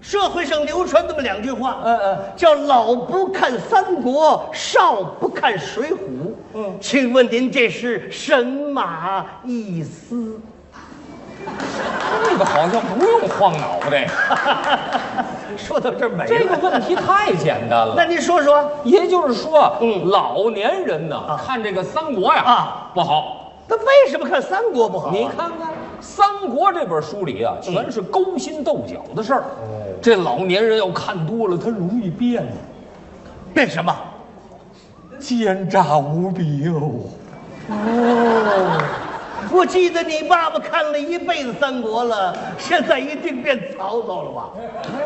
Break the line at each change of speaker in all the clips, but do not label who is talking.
社会上流传那么两句话，
嗯嗯
叫老不看三国，少不看水浒。
嗯
请问您这是神马一思？
这个好像不用晃脑袋，
说到这儿没了。
这个问题太简单了
那。您说说，
也就是说，
嗯
老年人呢、看这个三国呀
啊
不好。
那为什么看三国不好啊、
你看看《三国》这本书里啊，全是勾心斗角的事儿。这老年人要看多了，他容易变，
变什么？
奸诈无比哟。
我记得你爸爸看了一辈子三国了，现在一定变曹操了啊吧？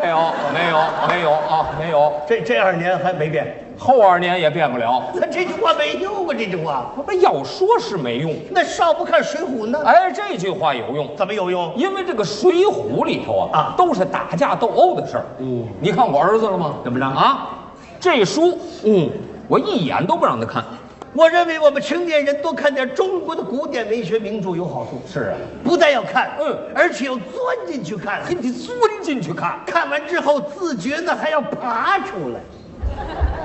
没有，没有，没有啊，没有。
这这二年还没变，
后二年也变不了。
那这句话没用啊！这句话，
那要说是没用，
那少不看水浒呢？
哎，这句话有用。
怎么有用？
因为这个《水浒》里头啊，
啊
都是打架斗殴的事儿。
嗯，
你看我儿子了吗？
怎么着
啊？这书
嗯，
我一眼都不让他看。
我认为我们成年人多看点中国的古典文学名著有好处，
是啊，
不但要看，
嗯
而且要钻进去 看，
哎给你钻进去看，
看完之后自觉呢还要爬出来，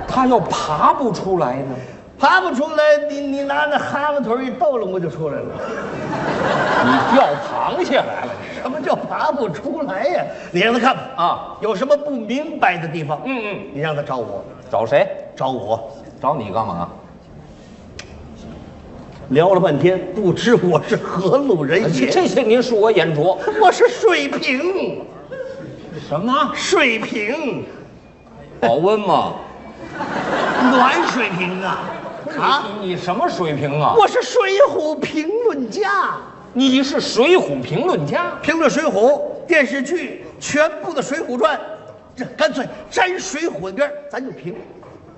他要爬不出来呢。
爬不出来，你你拿那蛤蟆腿一逗楞，我就出来了。
你钓螃蟹来了，
什么叫爬不出来呀、你让他看吧
啊，
有什么不明白的地方，
嗯嗯，
你让他找我，
找谁？
找我。
找你 干嘛？
聊了半天，不知我是何路人也。
这些您恕我眼拙。
我是水瓶，
什么？
水瓶，
保温吗？
暖水瓶啊啊！
你，你什么水平啊？
我是《水浒》评论家，
你是《水浒》评论家。
评论《水浒》电视剧全部的《水浒传》，这干脆沾《水浒》的边儿咱就评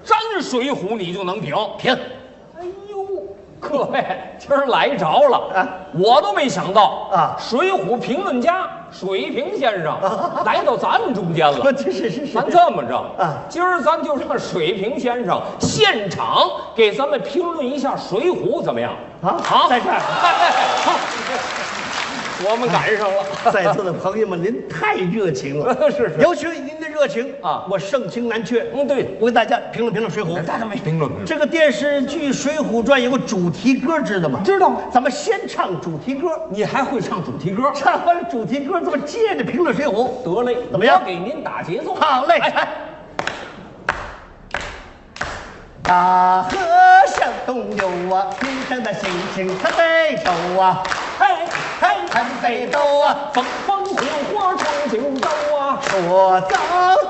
沾水浒你就能评。
评。
哎呦，各位，今儿来着了，
啊
我都没想到
啊
水浒评论家水平先生、来到咱们中间了。
我这是是是
咱这么着
啊
今儿咱就让水平先生现场给咱们评论一下《水浒》，怎么样？
啊
好，
在这儿
哎好 我们赶上了。
在座的朋友们，您太热情了，
是是
尤其 是您的热情
啊
我盛情难却。
嗯对
我给大家评论评论《水浒》。
家没评论评论
这个电视剧《水浒传》有个主题歌，知道吗？
知道
咱们先唱主题歌，
你还会唱主题歌？
唱完了主题歌，咱们接着评论《水浒》。
得嘞，
怎么样
我给您打节奏。
好嘞，
哎
来。大河向东流啊，天上的星星它在走啊，
嘿，嘿。
它在走啊，
风风火火闯九州啊！
说走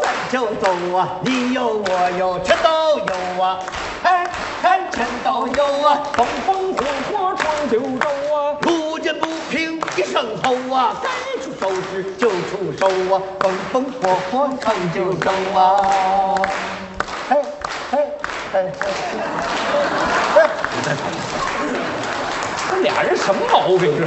咱就走啊，你有我有全都有啊，哎哎全都有啊，
风风火火闯九州啊！
路见不平一声吼啊，该出手时就出手啊，风风火火唱九州啊，哎哎哎哎，
这俩人什么毛病这？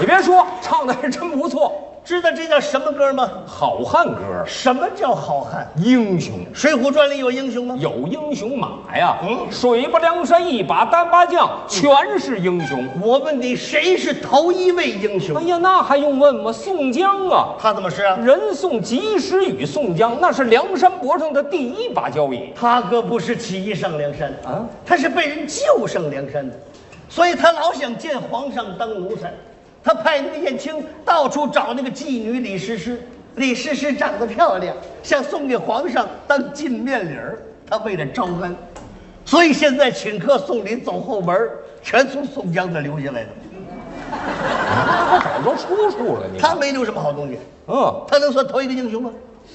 你别说，唱的还真不错，
知道这叫什么歌吗？
好汉歌，
什么叫好汉？
英雄。
《水浒传》里有英雄吗？
有英雄马呀，
嗯
水泊梁山一把单八将，全是英雄。
我问你，谁是头一位英
哎
雄？
呀，那还用问吗？宋江啊，
他怎么是啊？
人送及时雨，宋江那是梁山伯上的第一把交椅。
他哥不是起义上梁山
啊
啊，他是被人救上梁山的，所以他老想见皇上当奴才。他派那燕青到处找那个妓女李师师，李师师长得漂亮，想送给皇上当进面礼儿。他为了招安，所以现在请客送礼走后门儿全从宋江这留下来的。
他找着出处了，你看
他没留什么好东西，
嗯，
他能算头一个英雄吗？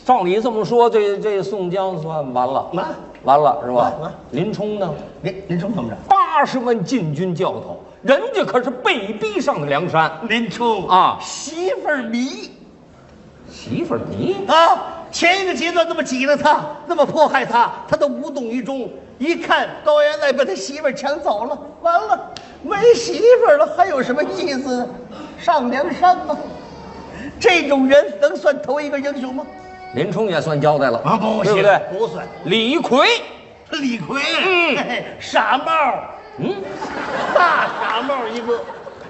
照你这么说，这这宋江算完了，
完
完了是吧
完完？
林冲呢？
林林冲怎么着？
八十万禁军教头，人家可是被逼上的梁山，
林冲
啊
媳妇儿迷。
媳妇儿你
啊，前一个阶段那么挤了他，那么迫害他，他都无动于衷。一看高衙内把他媳妇儿抢走了，完了，没媳妇儿了，还有什么意思？上梁山吧，这种人能算头一个英雄吗？
林冲也算交代了
啊不
对不对？
不算
李逵，
李逵，
嗯
嘿傻帽，
嗯，
大傻帽一个，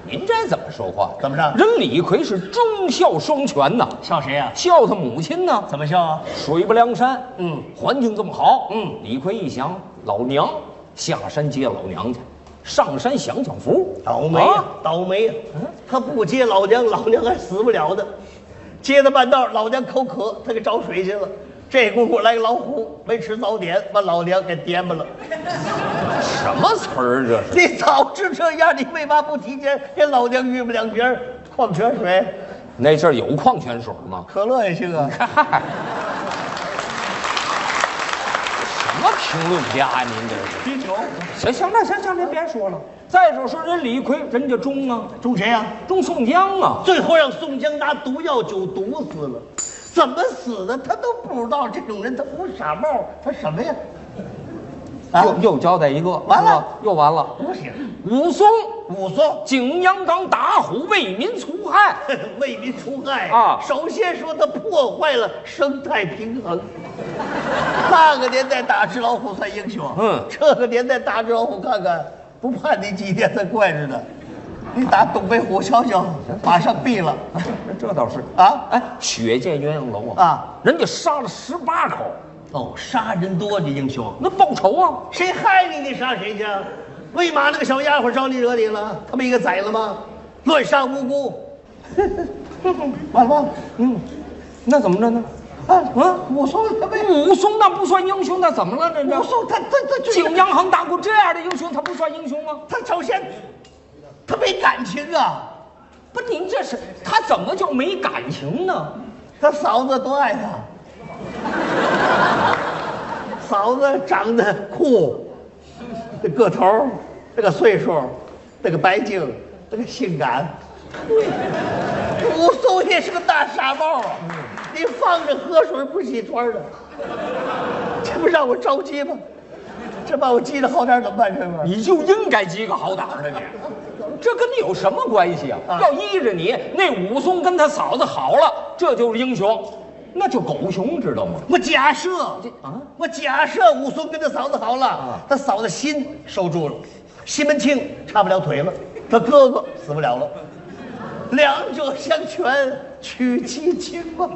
您这怎么说话？
怎么着
人李逵是忠孝双全呐，
笑谁呀、
孝他母亲呐。
怎么笑啊？
水泊梁山，
嗯，
环境这么好，
嗯
李逵一想，老娘下山接老娘去，上山享享福，
倒霉呀、
啊！
倒霉呀、他不接老娘，老娘还死不了呢。接到半道，老娘口渴，他给找水去了。这功夫来个老虎，没吃早点，把老娘给颠巴了。
什么词儿这是？
你早知这样，你为嘛不提前给老娘预备两瓶儿矿泉水、
那阵儿有矿泉水吗？
可乐也行啊？
嗨，什么评论家呀、您这是？
啤酒，
行行了，行行，您别说了。再者说，人李逵人家忠啊，
中谁呀、
忠宋江啊，
最后让宋江拿毒药酒毒死了，怎么死的他都不知道。这种人他不傻帽，他什么呀？啊，
又又交代一个，
完了
是吧又完了。
不行，
武松，
武松
景阳冈打虎为民除害，
为民除害
啊
首先说他破坏了生态平 衡。那个年代打只老虎算英雄，
嗯
这个年代打只老虎看看，不判你几天才怪着呢。你打东北虎瞧瞧，马上毙了。
这倒是
啊
哎，血溅鸳鸯楼
啊，
人家杀了十八口，
哦，杀人多这英雄。
那报仇啊，
谁害你，你杀谁去？喂马那个小丫鬟招你惹你了？他们一个宰了吗？乱杀无 辜，完了吗？
嗯，那怎么着呢？
啊啊！
嗯
武松他没，
武松那不算英雄，那怎么了？这
武
这
松他他他就
景阳冈打过这样的英雄，他不算英雄吗？
他首先他没感情啊，
不，您这是他怎么就没感情呢？
他嫂子多爱他， 嫂子长得酷，那个头儿，那个岁数，那个白净，那个性感。武松也是个大傻帽啊！你放着喝水不洗穿的，这不让我着急吗？这把我急得好点儿怎么办？这玩意儿
你就应该积个好胆儿的你，这跟你有什么关系啊？
啊
要依着你，那武松跟他嫂子好了，这就是英雄，那就狗熊，知道吗？
我假设
啊
我假设武松跟他嫂子好了，他嫂子心收住了，西门庆插不了腿了，他哥哥死不了了，两者相权取其轻啊嘛。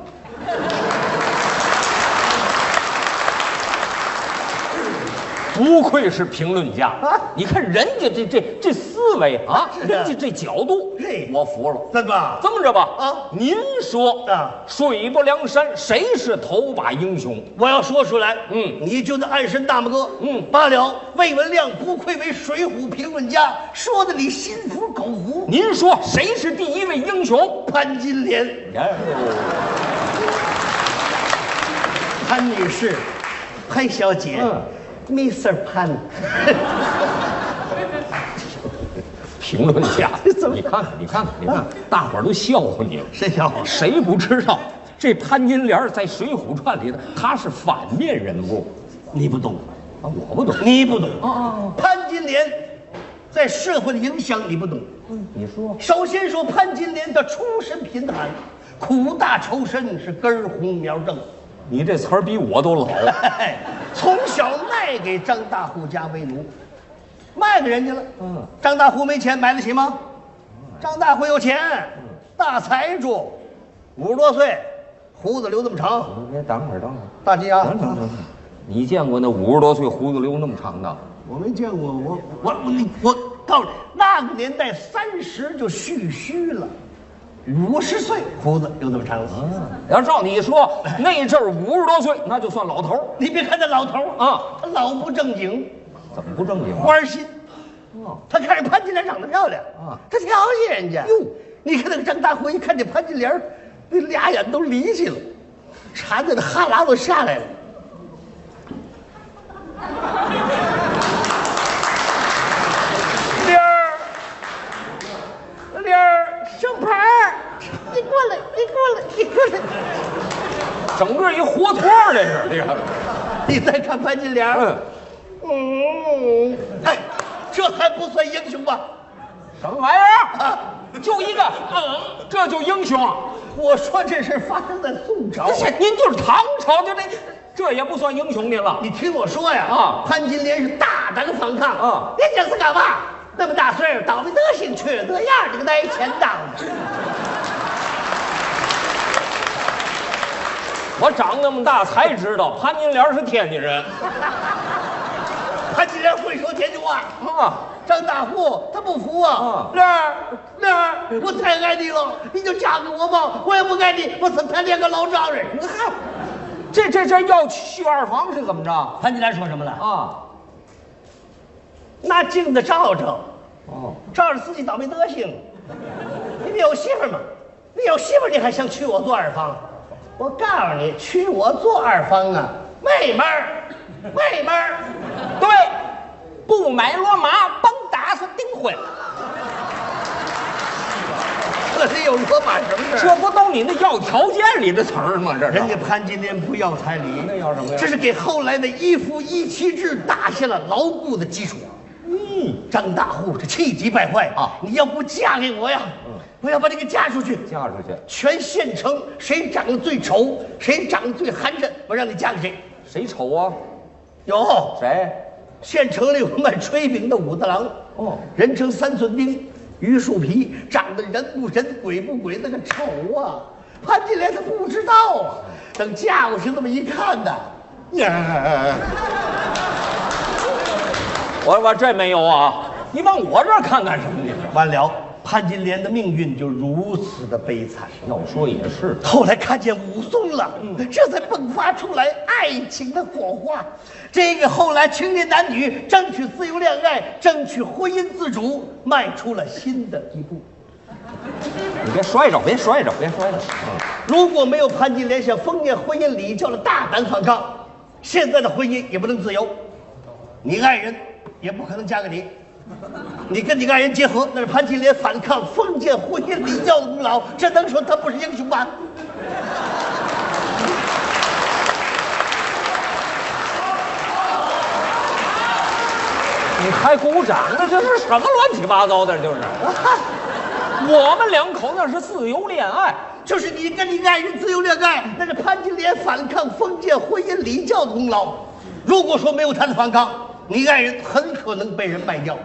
不愧是评论家
啊
你看人家这这这思维啊，
是
人家这角度
嘿，
我服了。
怎么？
这么着吧，
啊
您说
啊
水泊梁山谁是头把英雄？
我要说出来，
嗯
你就得暗参大拇哥，
嗯
罢了。魏文亮不愧为《水浒》评论家，说的你心服口服。
您说谁是第一位英雄？
潘金莲，潘女士，潘小姐、
嗯
m r 潘，
评论家
怎，么
你看看，你看看，你看看，大伙儿都笑话你了。
谁笑话？
谁不知道这潘金莲在《水浒传》里头，她是反面人物
你不懂。
啊？我不懂，
你不懂
哦
潘金莲在社会的影响你不懂。
你说
首先说潘金莲，她出身贫寒，苦大仇深，是根儿红苗正。
你这词儿比我都老。
哎，从小卖给张大户家为奴，卖给人家了。
嗯
张大户没钱买得起吗？张大户有钱，
嗯
大财主，五十多岁，胡子留这么长，
你等会儿，等会儿，
大金牙。
会儿，啊你见过那五十多岁胡子留那么长的？
我没见过，我我我你我告诉你，那个年代三十就蓄须了，五十岁胡子有这么长了。
要照你 说，那阵儿五十多岁，那就算老头儿。
你别看这老头儿
啊，
他老不正经，
怎么不正经啊？
花心。他看着潘金莲长得漂亮
啊
他调戏人家。哟，你看那个张大辉，一看这潘金莲儿，那俩眼都离去了，馋的那哈喇都下来了。莲儿，莲儿，生牌儿，你过来，你过来，你过来。
整个一活托儿，这是这个。
你再看潘金莲儿，
嗯，
嗯，哎，这还不算英雄吧？
什么玩意儿？
啊。
就一个嗯，这就英雄。
我说这事发生在宋朝
而。且您就是唐朝，就这这也不算英雄您了。
你听我说呀，
啊
潘金莲是大胆反抗
啊
你这是干嘛？那么大岁数，倒霉德行去了，那样儿就跟挨钱当的。
我长那么大才知道潘金莲是天津人
他竟然会说天津话。
啊！
张大户他不服啊
啊，
亮儿亮儿，我太爱你了，你就嫁给我吧，我也不爱你，我怎么谈恋爱个老丈人？
嗨，这这这要去二房是怎么着
潘金莲说什么了？
啊？
拿镜子照照，
哦，
照着自己倒霉德行。你不有媳妇儿吗？你有媳妇儿，你还想娶我做二房？我告诉你，娶我做二房啊，妹妹儿，妹妹儿，
对，不买罗马，甭打算订婚，
这里有罗马什么事啊
这不都你那要条件里的词儿吗？这
人家
是
潘金莲不要彩礼，
那要什么呀
这是给后来的一夫一妻制打下了牢固的基础。
嗯，
张大户是气急败坏
啊嗯
你要不嫁给我呀，我要把你给嫁出去。
嫁出去
全县城谁长得最丑，谁长得最寒碜，我让你嫁给谁。
谁丑啊？
有
谁？
县城里有卖炊饼的武大郎，
哦
人称三寸丁，榆树皮，长得人不人鬼不鬼，那个丑啊！潘金莲她不知道啊，等嫁过去那么一看呐，呀，
我我这没有啊！你往我这儿看干什么？你
完了，潘金莲的命运就如此的悲惨。
要说也是，
后来看见武松了，这才迸发出来爱情的火花。这个后来青年男女争取自由恋爱，争取婚姻自主，迈出了新的一步。
你别摔着，别摔着，别摔着。嗯
如果没有潘金莲像封建婚姻礼教的大胆反抗，现在的婚姻也不能自由。你爱人也不可能嫁给你，你跟你爱人结合，那是潘金莲反抗封建婚姻礼教的功劳，这能说他不是英雄吗？
你还鼓掌呢？这是什么乱七八糟的？就是，我们两口那是自由恋爱，
就是你跟你爱人自由恋爱，那是潘金莲反抗封建婚姻礼教的功劳。如果说没有他的反抗，你爱人很可能被人卖掉，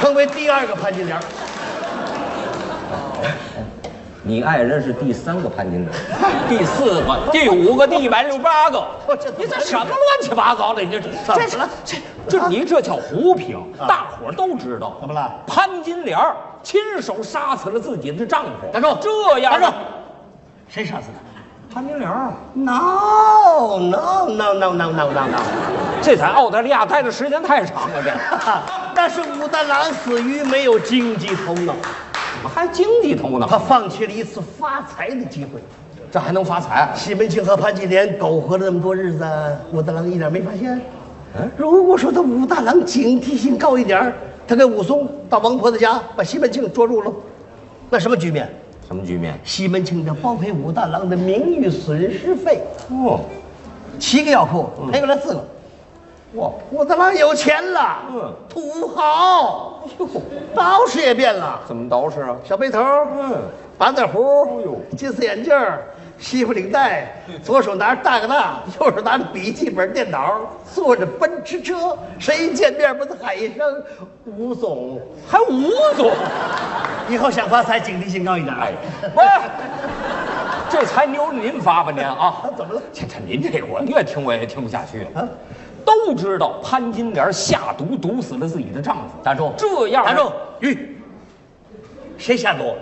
成为第二个潘金莲。
你爱人是第三个潘金莲，第四个、第五个、第一百六十八个
我这，
你这什么乱七八糟的？你这这
怎么
这
了
这这你这叫胡评，
啊
大伙儿都知道。
怎么了
潘金莲儿亲手杀死了自己的丈夫。
大柱
这样
大柱
的，
啊谁杀死的
潘金莲儿啊
？No no no no no no no no！
这在澳大利亚待的时间太长了，这
那是武大郎死于没有经济头脑，
怎么 还经济头
他
脑？
放弃了一次发财的机会。
这还能发财？
西门庆和潘金莲苟合了那么多日子，武大郎一点没发现
嗯。
如果说他武大郎警惕性高一点儿，他跟武松到王婆子家把西门庆捉住了，那什么局面？
什么局面？
西门庆得包赔武大郎的名誉损失费，
哦，
七个药库赔过来四个。
哇，
武大郎有钱了，
嗯
土豪，
哟，
捯饬也变了，
怎么捯饬啊？
小背头，
嗯，
板子
哎
胡，
呦
金丝眼镜儿，西服领带，左手拿着大哥大，右手拿着笔记本电脑，坐着奔驰车，谁一见面不得喊一声吴总？
还吴总，
以后想发财，警惕性高一点。
哎，喂， 这才牛您发吧您啊
啊？怎么了？
这这您这个我越听我也听不下去了。
啊
都知道潘金莲下毒毒死了自己的丈夫，
大柱
这样
打住！吁，谁下毒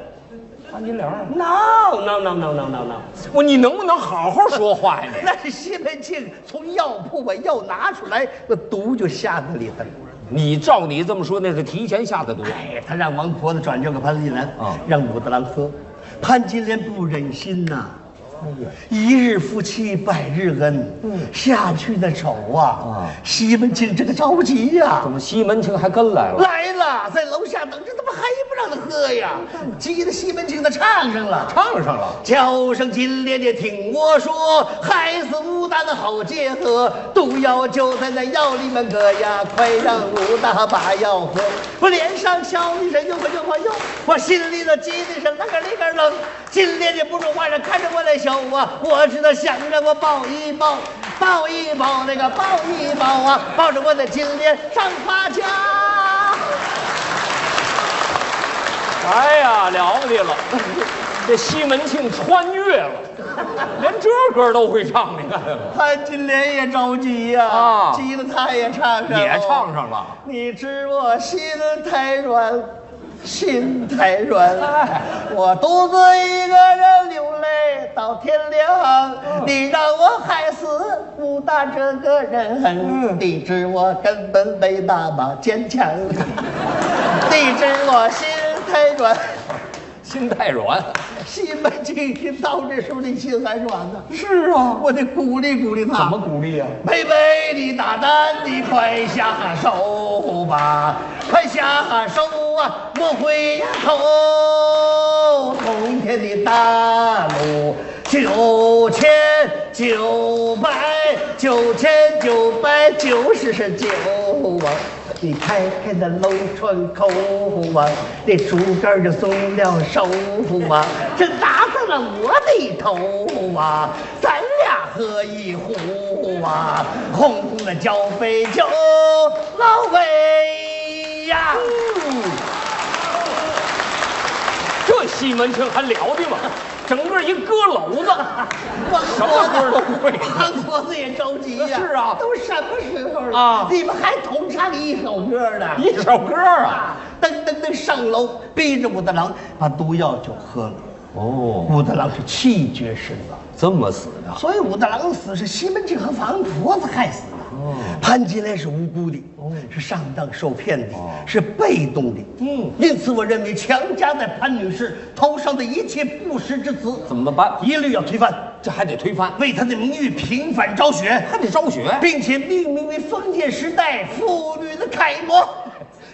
潘金莲儿，
？No no no no no no no，
我你能不能好好说话呀你？
那是西门庆从药铺把药拿出来，那毒就下在里头了。
你 照你这么说，那是提前下的毒。
哎，他让王婆子转交给潘金莲，
啊
让武大郎喝。潘金莲不忍心呐、一日夫妻百日恩，下去那手啊
嗯啊！
西门庆这个着急呀、
怎么西门庆还跟来了？
来了，在楼下等着，他妈还不让他喝呀？急得西门庆他唱上了。
唱上了。
叫声金莲，你听我说，害死武大的好结合，毒药就在那药里面搁呀，快让武大把药喝。我脸上笑一声，又快又快又，我心里头急的是那个里个冷。金莲你不说话，看着我来笑啊，我知道想让我抱一抱， 抱一抱那个抱一抱啊，抱着我的金莲上发家。
哎呀，了不得了！这西门庆穿越了，连这歌都会唱，你看见吗？
潘金莲也着急呀、
啊
急得她也唱上了，
也唱上了。
你知我心太软，心太软
哎，
我独自一个人流泪到天亮。
嗯
你让我害死武大这个
嗯
人，你知我根本没那么坚 强。你知我心太软，
心太软。
西门庆一到这时候，那心还软呢。
是啊，
我得鼓励鼓励他。
怎么鼓励啊？
妹妹，你大胆你快下手吧，快下手啊！莫回头，通天的大路九千九百九千九百九十九啊！你开开那楼窗口啊，那竹竿就松了手啊，这砸在了我的头啊，咱俩喝一壶啊，红红的交杯酒，老魏呀，
这西门庆还了得吗？整个一歌篓子。什么歌都会
韩国子也着急呀、
是啊
都什么时候了
啊
你们还同唱一首歌呢？
一首歌啊。
噔噔噔上楼，逼着武大郎把毒药就喝了。
哦，
武大郎是气绝身亡。
这么死的。
所以武大郎死是西门庆和王婆子害死的。
哦
潘金莲是无辜的，是上当受骗的，是被动的。
哦嗯
因此我认为强加在潘女士头上的一切不实之词，
怎么办？
一律要推翻，
这还得推翻，
为她的名誉平反昭雪，
还得昭雪。
并且命名为封建时代妇女的楷模。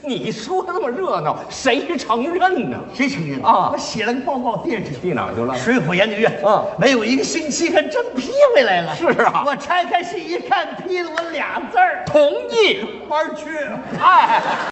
你说那么热闹，谁承认呢？
谁承认
啊
我写了个报告电去。
地哪儿去了？
水火研究院，
嗯
没有一个星期，还真批回来了。
是啊
我拆开信一看，批了我俩字儿，
同意。
玩儿去。
哎。